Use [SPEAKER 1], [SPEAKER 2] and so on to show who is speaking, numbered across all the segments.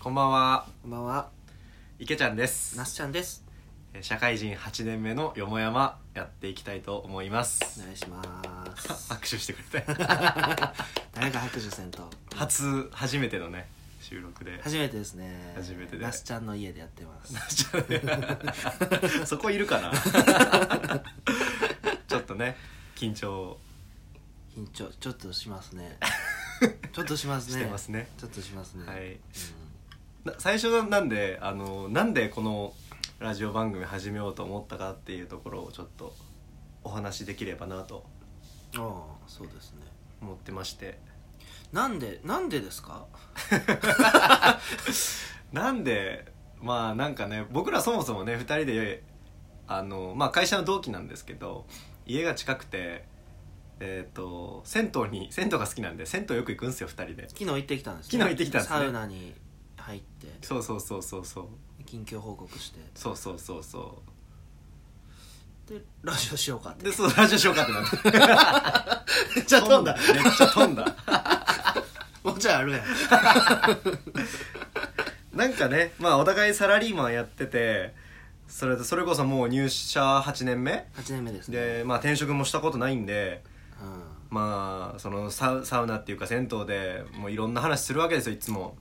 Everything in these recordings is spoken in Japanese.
[SPEAKER 1] こんばんは
[SPEAKER 2] こんばんは、
[SPEAKER 1] 池ちゃんです
[SPEAKER 2] なすちゃんです。
[SPEAKER 1] えー社会人8年目のよもやまやっていきたいと思いま
[SPEAKER 2] お
[SPEAKER 1] す
[SPEAKER 2] 願いします。
[SPEAKER 1] 握手してくれて
[SPEAKER 2] 誰か拍手せんと。
[SPEAKER 1] 初初めてのね収録で
[SPEAKER 2] 初めてですね。
[SPEAKER 1] 初めてで
[SPEAKER 2] なすちゃんの家でやってます。
[SPEAKER 1] そこいる かなちょっとね緊張
[SPEAKER 2] 緊張、ちょっとしま すね。ちょっとしますね。
[SPEAKER 1] してますね
[SPEAKER 2] ちょっとしますね。
[SPEAKER 1] はい
[SPEAKER 2] うん
[SPEAKER 1] な最初はなんであのなんでこのラジオ番組始めようと思ったかっていうところをちょっとお話しできればなと
[SPEAKER 2] ああ、そうですね。
[SPEAKER 1] 思ってまして
[SPEAKER 2] なんで、なんでですか。
[SPEAKER 1] なんでまあなんかね僕らそもそもね2人であの、まあ、会社の同期なんですけど家が近くてえっ、と銭湯に銭湯が好きなんで銭湯よく行くんですよ2人で
[SPEAKER 2] 昨日行ってきたんです、
[SPEAKER 1] 昨日行ってきたんですね
[SPEAKER 2] サウナに入って、
[SPEAKER 1] そうそうそうそうそう
[SPEAKER 2] 近況報告して、
[SPEAKER 1] そうそうそうそ
[SPEAKER 2] で、ラジオしようかっ
[SPEAKER 1] う
[SPEAKER 2] て
[SPEAKER 1] で。そうラジオしようかってなって
[SPEAKER 2] めっちゃ 飛んだ。
[SPEAKER 1] めっちゃ飛んだ
[SPEAKER 2] もうちょいあるやん。
[SPEAKER 1] なんかねまあお互いサラリーマンやっててそれでそれこそもう入社8年目
[SPEAKER 2] 八年目ですね。
[SPEAKER 1] でまあ転職もしたことないんで
[SPEAKER 2] うん。
[SPEAKER 1] まあそのサウサウナっていうか銭湯でもういろんな話するわけですよいつも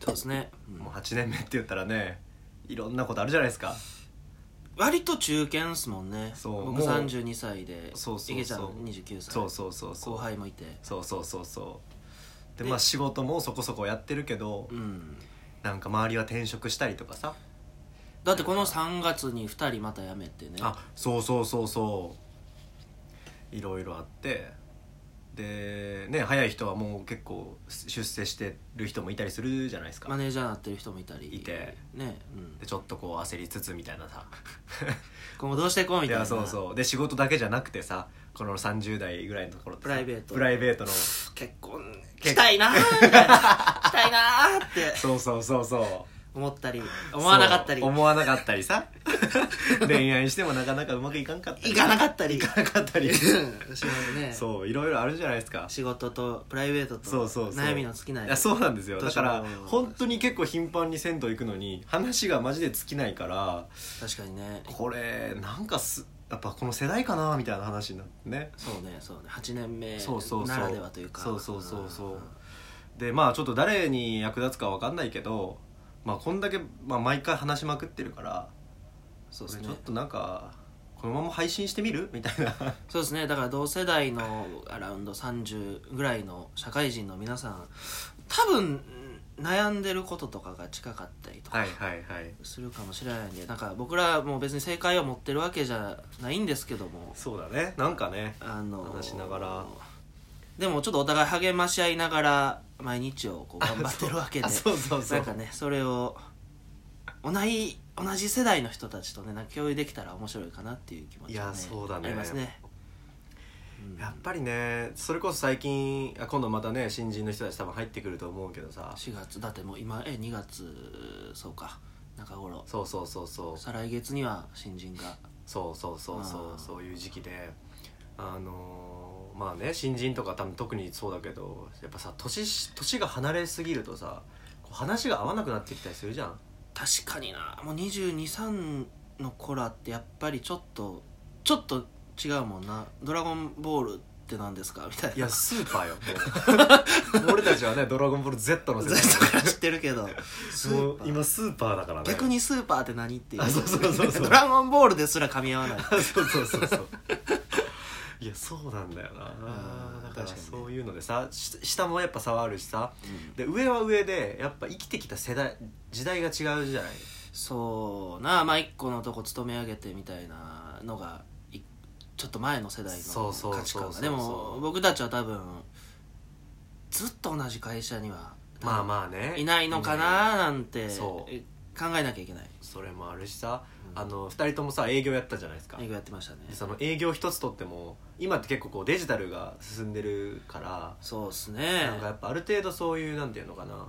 [SPEAKER 2] そうですね。うん
[SPEAKER 1] もう8年目って言ったらねいろんなことあるじゃないですか
[SPEAKER 2] 割と中堅っすもんね
[SPEAKER 1] そう
[SPEAKER 2] 僕
[SPEAKER 1] もう
[SPEAKER 2] 32歳で
[SPEAKER 1] そうそうそう
[SPEAKER 2] いけちゃん29歳
[SPEAKER 1] そうそうそうそう
[SPEAKER 2] 後輩もいて
[SPEAKER 1] そうそうそうそうで
[SPEAKER 2] で
[SPEAKER 1] まあ仕事もそこそこやってるけど、
[SPEAKER 2] うん
[SPEAKER 1] なんか周りは転職したりとかさ、
[SPEAKER 2] だってこの3月に2人また辞めてね
[SPEAKER 1] あそうそうそうそういろいろあってでね早い人はもう結構出世してる人もいたりするじゃないですか、
[SPEAKER 2] マネージャーなってる人もいたり
[SPEAKER 1] いて
[SPEAKER 2] ねうん
[SPEAKER 1] でちょっとこう焦りつつみたいなさ
[SPEAKER 2] 今後どうしていこうみ
[SPEAKER 1] い
[SPEAKER 2] たいな
[SPEAKER 1] やそうそうで仕事だけじゃなくてさこの30代ぐらいのところってさ
[SPEAKER 2] プライベート
[SPEAKER 1] プライベートの
[SPEAKER 2] 結婚
[SPEAKER 1] 結
[SPEAKER 2] したいなー みたいなしたいなーって
[SPEAKER 1] そうそうそうそう
[SPEAKER 2] 思ったり 思わなかったり
[SPEAKER 1] そう思わなかったりさ 恋愛してもなかなかうまくいかんかったり
[SPEAKER 2] いかなかったり
[SPEAKER 1] いかなかったり
[SPEAKER 2] うんしますね
[SPEAKER 1] そういろいろあるじゃないですか
[SPEAKER 2] 仕事とプライベート
[SPEAKER 1] そうそう
[SPEAKER 2] と
[SPEAKER 1] そう
[SPEAKER 2] 悩みの尽きない
[SPEAKER 1] いやそうなんですよ
[SPEAKER 2] どう
[SPEAKER 1] だ
[SPEAKER 2] し
[SPEAKER 1] か
[SPEAKER 2] ようも
[SPEAKER 1] ら本当に結構頻繁に銭湯行くのに話がマジで尽きないから
[SPEAKER 2] 確かにね
[SPEAKER 1] これなんかすやっぱこの世代かなみたいな話になってね
[SPEAKER 2] そうねそうね8年目
[SPEAKER 1] そうそうそう
[SPEAKER 2] ならではというか
[SPEAKER 1] そうそうそうそうんでまあちょっと誰に役立つかわかんないけどまあこんだけ、まあ、毎回話しまくってるから
[SPEAKER 2] そうです
[SPEAKER 1] これ
[SPEAKER 2] ね
[SPEAKER 1] ちょっとなんかこのまま配信してみるみたい な
[SPEAKER 2] そうですねだから同世代のアラウンド30ぐらいの社会人の皆さん多分悩んでることとかが近かったりとか
[SPEAKER 1] はいはいはい
[SPEAKER 2] するかもしれないんで、なんか僕らもう別に正解を持ってるわけじゃないんですけども
[SPEAKER 1] そうだねなんかね
[SPEAKER 2] あの
[SPEAKER 1] 話しながら
[SPEAKER 2] でもちょっとお互い励まし合いながら毎日をこう頑張ってるわけで
[SPEAKER 1] あそうそうそう
[SPEAKER 2] なんかねそれを同じ同じ世代の人たちとねなんか共有できたら面白いかなっていう気持ちが、
[SPEAKER 1] い
[SPEAKER 2] ね、
[SPEAKER 1] やそうだね
[SPEAKER 2] ありますね、うん
[SPEAKER 1] やっぱりねそれこそ最近あ今度またね新人の人たち多分入ってくると思うけどさ
[SPEAKER 2] 4月だってもう今え2月そうか中頃
[SPEAKER 1] そうそうそうそう
[SPEAKER 2] 再来月には新人が
[SPEAKER 1] そうそうそうそ
[SPEAKER 2] あー
[SPEAKER 1] うそういう時期であのーまあね新人とか多分特にそうだけどやっぱさ年し年が離れすぎるとさこう話が合わなくなってきたりするじゃん
[SPEAKER 2] 確かになもう2 2 3の子らってやっぱりちょっとちょっと違うもんな「ドラゴンボールって何ですか?」みたいない
[SPEAKER 1] やスーパーよもう 俺たちはね「ドラゴンボール Z」の世代
[SPEAKER 2] ずっとから知ってるけ どスー
[SPEAKER 1] もう
[SPEAKER 2] パー
[SPEAKER 1] 今スーパーだからね
[SPEAKER 2] 逆にスーパーって何っていう
[SPEAKER 1] あそうそうそうそう
[SPEAKER 2] ドラゴンボールですら噛み合わない
[SPEAKER 1] そうそうそう そういやそうなんだよな
[SPEAKER 2] うん
[SPEAKER 1] だから
[SPEAKER 2] 確かにね
[SPEAKER 1] そういうのでさし下もやっぱ差はあるしさで上は上でやっぱ生きてきた世代時代が違うじゃない
[SPEAKER 2] そうなまあ一個のとこ勤め上げてみたいなのがいちょっと前の世代
[SPEAKER 1] そう
[SPEAKER 2] の
[SPEAKER 1] そう
[SPEAKER 2] 価値観
[SPEAKER 1] そうそ
[SPEAKER 2] が
[SPEAKER 1] う
[SPEAKER 2] でも僕たちは多分ずっと同じ会社には
[SPEAKER 1] まあまあね
[SPEAKER 2] いないのかななんて考
[SPEAKER 1] そう
[SPEAKER 2] えなきゃいけない
[SPEAKER 1] それもあるしさ、
[SPEAKER 2] うん
[SPEAKER 1] あの2人ともさ営業やったじゃないですか
[SPEAKER 2] 営業やってましたね
[SPEAKER 1] でその営業一つとっても今って結構こうデジタルが進んでるから、
[SPEAKER 2] そうっすね
[SPEAKER 1] なんかやっぱある程度そういうなんていうのかな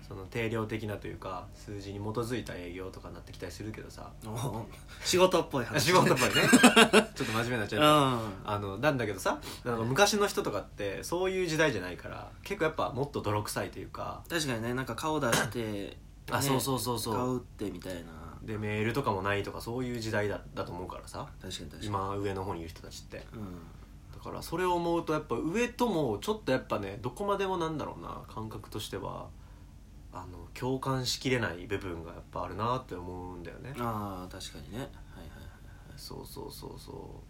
[SPEAKER 1] そその定量的なというか数字に基づいた営業とかになってきたりするけどさ
[SPEAKER 2] お 仕事っぽい
[SPEAKER 1] あ
[SPEAKER 2] 話
[SPEAKER 1] 仕事っぽい ねちょっと真面目になっちゃ
[SPEAKER 2] う
[SPEAKER 1] うんけどあのなんだけどさなんか昔の人とかってそういう時代じゃないから結構やっぱもっと泥臭いというか
[SPEAKER 2] 確かにねなんか顔出して、
[SPEAKER 1] あ
[SPEAKER 2] ね
[SPEAKER 1] そうそうそうそう
[SPEAKER 2] 顔打ってみたいな
[SPEAKER 1] でメールとかもないとかそういう時代だだと思うからさ
[SPEAKER 2] 確かに確かに
[SPEAKER 1] 今上の方にいる人たちってだ
[SPEAKER 2] うん
[SPEAKER 1] からそれを思うとやっぱ上ともちょっとやっぱねどこまでもなんだろうな感覚としてはあの共感しきれない部分がやっぱあるなって思うんだよね
[SPEAKER 2] ああ確かにねはいはいはい
[SPEAKER 1] そうそうそうそ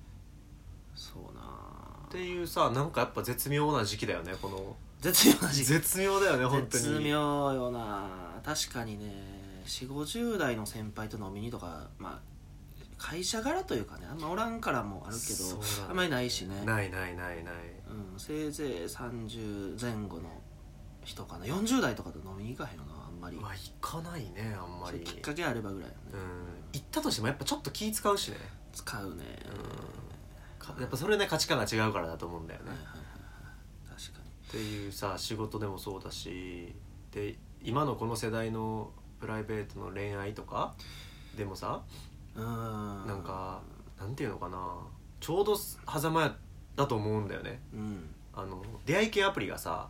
[SPEAKER 1] う
[SPEAKER 2] そうなー
[SPEAKER 1] っていうさなんかやっぱ絶妙な時期だよねこの
[SPEAKER 2] 絶妙な時期
[SPEAKER 1] 絶妙だよね本当に
[SPEAKER 2] 絶妙よな確かにね4 5 0代の先輩と飲みにとかまあ会社柄というかねあんまおらんからもあるけ
[SPEAKER 1] そう
[SPEAKER 2] ど、
[SPEAKER 1] だね
[SPEAKER 2] あんまりないしね
[SPEAKER 1] ないないないない
[SPEAKER 2] うん、せいぜい30前後の人かな40代とかと飲みに行かへんよなあんまり
[SPEAKER 1] まあ行かないねあんま
[SPEAKER 2] それ
[SPEAKER 1] り
[SPEAKER 2] きっかけあればぐらいよ
[SPEAKER 1] うん
[SPEAKER 2] ね、
[SPEAKER 1] 行ったとしてもやっぱちょっと気使うしね
[SPEAKER 2] 使うね、
[SPEAKER 1] うんやっぱそれね価値観が違うからだと思うんだよね
[SPEAKER 2] はいはいはいはい確かに
[SPEAKER 1] っていうさ仕事でもそうだしで今のこの世代のプライベートの恋愛とかでもさ
[SPEAKER 2] うん
[SPEAKER 1] なんかなんていうのかなちょうど狭間だと思うんだよね
[SPEAKER 2] うん
[SPEAKER 1] あの出会い系アプリがさ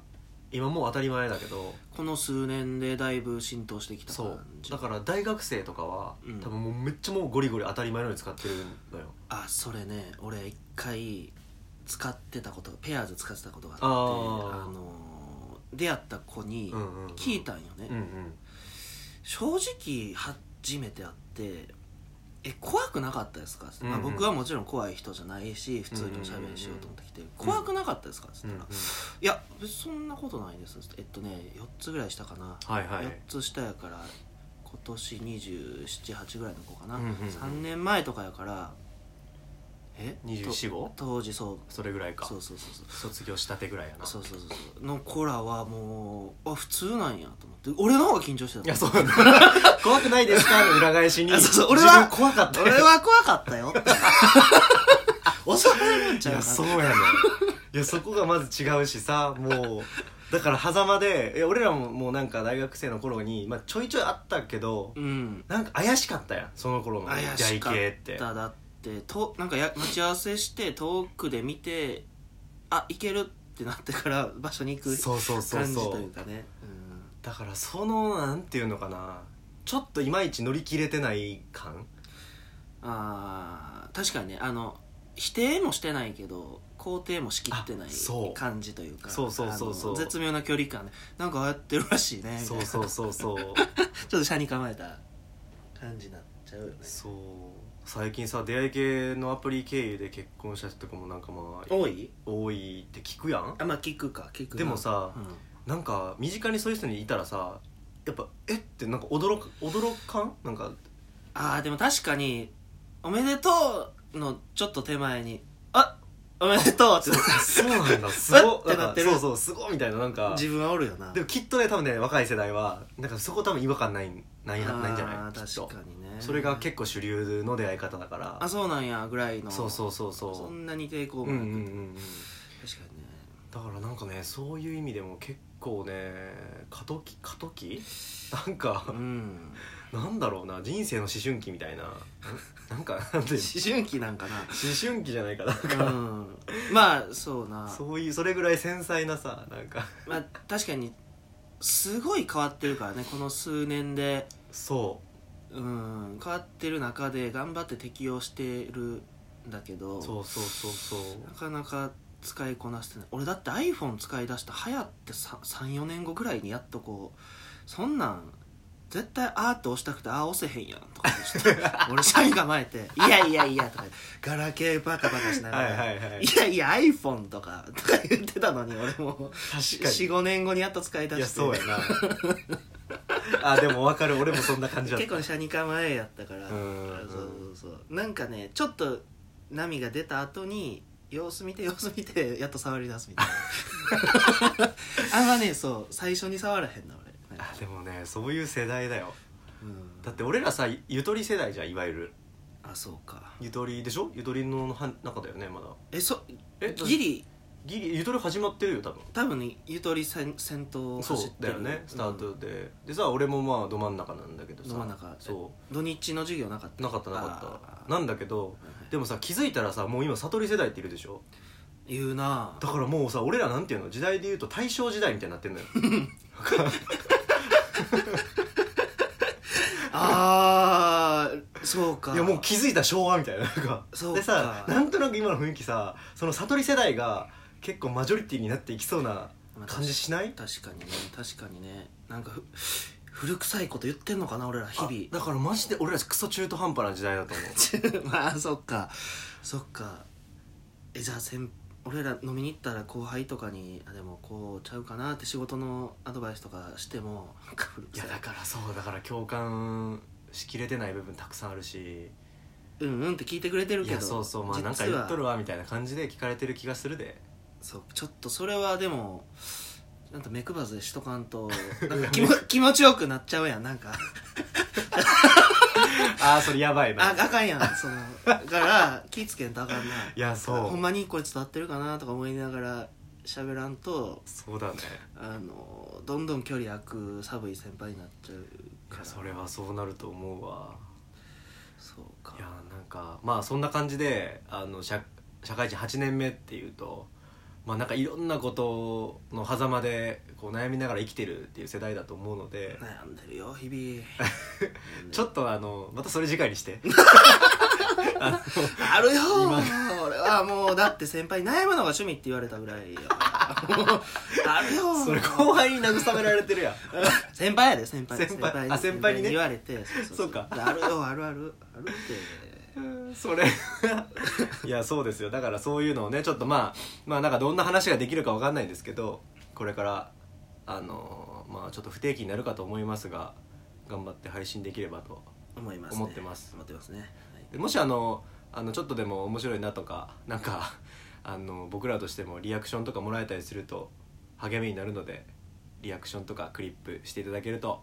[SPEAKER 1] 今もう当たり前だけど
[SPEAKER 2] この数年でだいぶ浸透してきた
[SPEAKER 1] そう
[SPEAKER 2] 感じ
[SPEAKER 1] だから大学生とかは、
[SPEAKER 2] うん
[SPEAKER 1] 多分もうめっちゃもうゴリゴリ当たり前のように使ってるのよ
[SPEAKER 2] あそれね俺一回使ってたことペアーズ使ってたことがあって
[SPEAKER 1] あ
[SPEAKER 2] あ
[SPEAKER 1] ー
[SPEAKER 2] のー出会った子に
[SPEAKER 1] うんうんうん
[SPEAKER 2] 聞いたんよね、
[SPEAKER 1] うんうん
[SPEAKER 2] 正直初めて会って「え怖くなかったですか?」って、まあ、
[SPEAKER 1] うんうん
[SPEAKER 2] 僕はもちろん怖い人じゃないし普通におしゃべりしようと思ってきて「怖くなかったですか?」って
[SPEAKER 1] う
[SPEAKER 2] 言
[SPEAKER 1] んう
[SPEAKER 2] った
[SPEAKER 1] ん
[SPEAKER 2] ら「いや別にそんなことないです」って「えっとね4つぐらいしたかな、
[SPEAKER 1] はいはい
[SPEAKER 2] 4つ下やから今年278ぐらいの子かな、
[SPEAKER 1] うんうんうん
[SPEAKER 2] 3年前とかやからえ
[SPEAKER 1] 24号
[SPEAKER 2] 当時そう
[SPEAKER 1] それぐらいか
[SPEAKER 2] そうそうそうそう
[SPEAKER 1] 卒業したてぐらいやな
[SPEAKER 2] そうそうそうそうの子らはもうあ普通なんやと思って俺の方が緊張してた
[SPEAKER 1] いやそう なんだ怖くないですかの裏返しに
[SPEAKER 2] あそうそう俺は
[SPEAKER 1] 自分怖かったよ
[SPEAKER 2] 俺は怖かっ たよ襲われるんち
[SPEAKER 1] い
[SPEAKER 2] ゃう
[SPEAKER 1] や
[SPEAKER 2] か
[SPEAKER 1] そう
[SPEAKER 2] な
[SPEAKER 1] やねんいやそこがまず違うしさもうだから狭間でえ俺らももうなんか大学生の頃に、まあ、ちょいちょいあったけど、
[SPEAKER 2] うん
[SPEAKER 1] なんか怪しかったやんその頃の
[SPEAKER 2] 怪
[SPEAKER 1] 出会
[SPEAKER 2] し
[SPEAKER 1] い
[SPEAKER 2] かっ
[SPEAKER 1] 系って
[SPEAKER 2] ただってとなんかや待ち合わせして遠くで見てあ行けるってなってから場所に行く
[SPEAKER 1] そうそうそう
[SPEAKER 2] 感じ
[SPEAKER 1] そう
[SPEAKER 2] というかねうん
[SPEAKER 1] だからそのなんていうのかなちょっといまいち乗り切れてない感
[SPEAKER 2] あー確かにねあの否定もしてないけど肯定もしきってない
[SPEAKER 1] あそう
[SPEAKER 2] 感じというか
[SPEAKER 1] そうそうそうそう
[SPEAKER 2] あの絶妙な距離感でなんかああやってるらしいねみたい
[SPEAKER 1] そ
[SPEAKER 2] な
[SPEAKER 1] うそうそうそう
[SPEAKER 2] ちょっと車に構えた感じになっちゃうよね
[SPEAKER 1] そう最近さ出会い系のアプリ経由で結婚した人とかもなんかまあ
[SPEAKER 2] 多い
[SPEAKER 1] 多いって聞くやん
[SPEAKER 2] あまあ聞くか聞くな
[SPEAKER 1] でもさ
[SPEAKER 2] うん
[SPEAKER 1] なんか身近にそういう人にいたらさやっぱえってなんか驚か驚かんなんか
[SPEAKER 2] ああでも確かに「おめでとう」のちょっと手前に「あおめでとう」って
[SPEAKER 1] そうなんだす ご
[SPEAKER 2] ってなってる
[SPEAKER 1] んかそうそうすごいみたいななんか
[SPEAKER 2] 自分はおるよな
[SPEAKER 1] でもきっとね多分ね若い世代はなんかそこ多分違和感ないない
[SPEAKER 2] あー
[SPEAKER 1] ないんじゃないきっと
[SPEAKER 2] 確かにね
[SPEAKER 1] それが結構主流の出会い方だから
[SPEAKER 2] あそうなんやぐらいの
[SPEAKER 1] そうそうそうそう
[SPEAKER 2] そんなに抵
[SPEAKER 1] う
[SPEAKER 2] 抗
[SPEAKER 1] んう
[SPEAKER 2] も
[SPEAKER 1] ん
[SPEAKER 2] な
[SPEAKER 1] う
[SPEAKER 2] く
[SPEAKER 1] んうん
[SPEAKER 2] 確かにね
[SPEAKER 1] だからなんかねそういう意味でも結構ね過渡期過渡期 なん
[SPEAKER 2] う
[SPEAKER 1] か
[SPEAKER 2] ん
[SPEAKER 1] なんだろうな人生の思春期みたい ななんかなんていうの
[SPEAKER 2] 思春期なんかな
[SPEAKER 1] 思春期じゃないかなん
[SPEAKER 2] う
[SPEAKER 1] か
[SPEAKER 2] んまあそうな
[SPEAKER 1] そういうそれぐらい繊細なさなんか
[SPEAKER 2] まあ確かにすごい変わってるからねこの数年で
[SPEAKER 1] そ
[SPEAKER 2] うん変わってる中で頑張って適応してるんだけど
[SPEAKER 1] うそうそうそうそう
[SPEAKER 2] なかなか使いこなせてない俺だって iPhone 使い出したはやって34年後ぐらいにやっとこうそんなん絶対あーって押したくてあー押せへんやんとか 言って俺社員構えて「いやいやいや」とか言ってガラケーバカバカしなが
[SPEAKER 1] は
[SPEAKER 2] ら
[SPEAKER 1] い
[SPEAKER 2] 「
[SPEAKER 1] はいはい
[SPEAKER 2] いやいや iPhone とか」とか言ってたのに俺も
[SPEAKER 1] 確かに
[SPEAKER 2] 45年後にやっと使い出して
[SPEAKER 1] いやそうやなあでも分かる俺もそんな感じだった
[SPEAKER 2] 結構シャニカ前やったから
[SPEAKER 1] うんうん
[SPEAKER 2] そうそうそうなんかねちょっと波が出た後に様子見て様子見て やっと触り出すみたい なあんまねそう最初に触らへんな俺なんか
[SPEAKER 1] あでもねそういう世代だよ
[SPEAKER 2] うん
[SPEAKER 1] だって俺らさゆとり世代じゃんいわゆる
[SPEAKER 2] あそうか
[SPEAKER 1] ゆとりでしょゆとりのは中だよねまだ
[SPEAKER 2] えそ
[SPEAKER 1] え
[SPEAKER 2] ギリ
[SPEAKER 1] ギリゆとり始まってるよ多分
[SPEAKER 2] 多分ねゆとり先先頭を
[SPEAKER 1] そう
[SPEAKER 2] 走って
[SPEAKER 1] だ
[SPEAKER 2] る
[SPEAKER 1] よねスター
[SPEAKER 2] うん
[SPEAKER 1] トで、でさ俺もまあど真ん中なんだけどさ
[SPEAKER 2] ど真ん中
[SPEAKER 1] そ
[SPEAKER 2] 土日の授業なかっ
[SPEAKER 1] う
[SPEAKER 2] た
[SPEAKER 1] なかったなかっ
[SPEAKER 2] あ
[SPEAKER 1] た
[SPEAKER 2] ー
[SPEAKER 1] なんだけどでもさ気づいたらさもう今悟り世代っているでしょ
[SPEAKER 2] 言うな
[SPEAKER 1] だからもうさ俺らなんていうの時代でいうと大正時代みたいになってんのよ
[SPEAKER 2] あーそうか
[SPEAKER 1] いやもう気づいた昭和みたいななんか
[SPEAKER 2] そうか
[SPEAKER 1] でさなんとなく今の雰囲気さその悟り世代が結構マジョリティになっていきそうな
[SPEAKER 2] まあ
[SPEAKER 1] 感じしない
[SPEAKER 2] 確かにね確かにねなんかふ古臭いこと言ってんのかな俺ら日々
[SPEAKER 1] あだからマジで俺らクソ中途半端な時代だ と思う
[SPEAKER 2] まあそっかそっかえじゃあ先俺ら飲みに行ったら後輩とかにあでもこうちゃうかなって仕事のアドバイスとかしてもなんか古
[SPEAKER 1] い
[SPEAKER 2] 臭
[SPEAKER 1] や
[SPEAKER 2] い
[SPEAKER 1] だからそうだから共感しきれてない部分たくさんあるし
[SPEAKER 2] うんうんって聞いてくれてる
[SPEAKER 1] い
[SPEAKER 2] け
[SPEAKER 1] や
[SPEAKER 2] ど
[SPEAKER 1] そうそうまあ
[SPEAKER 2] 実
[SPEAKER 1] な
[SPEAKER 2] は
[SPEAKER 1] んか言っとるわみたいな感じで聞かれてる気がするで
[SPEAKER 2] そうちょっとそれはでもなんか目くばずしとかん となんか気も気持ちよくなっちゃうやんなんか
[SPEAKER 1] ああそれやばい
[SPEAKER 2] あ
[SPEAKER 1] な
[SPEAKER 2] あかんやんそのだから気ぃつけんとあかんない
[SPEAKER 1] やそう
[SPEAKER 2] ほんまにこれ伝わってるかなとか思いながら喋らんと
[SPEAKER 1] そうだね
[SPEAKER 2] あのどんどん距離空く寒い先輩になっちゃう
[SPEAKER 1] いや
[SPEAKER 2] から
[SPEAKER 1] それはそうなると思うわ
[SPEAKER 2] そうか
[SPEAKER 1] いやなんかまあそんな感じであの社社会人8年目っていうとまあなんかいろんなことの狭間でこう悩みながら生きてるっていう世代だと思うので、
[SPEAKER 2] 悩んでるよ日々
[SPEAKER 1] ちょっとあのまたそれ次回にして
[SPEAKER 2] あるよ俺はもうだって先輩に悩むのが趣味って言われたぐら いよもうあるよ
[SPEAKER 1] それ後輩に慰められてるやん
[SPEAKER 2] 先輩やで先輩
[SPEAKER 1] 先輩あ先輩にね
[SPEAKER 2] 言われてそう
[SPEAKER 1] そうか
[SPEAKER 2] あるよあるあるあるって
[SPEAKER 1] それいやそうですよだからそういうのをねちょっとまあまあなんかどんな話ができるかわかんないですけどこれからあのまあちょっと不定期になるかと思いますが頑張って配信できればと
[SPEAKER 2] 思います、ね、
[SPEAKER 1] 思ってます
[SPEAKER 2] 思ってますね、はい
[SPEAKER 1] でもしあのあのちょっとでも面白いなとかなんかあの僕らとしてもリアクションとかもらえたりすると励みになるのでリアクションとかクリップしていただけると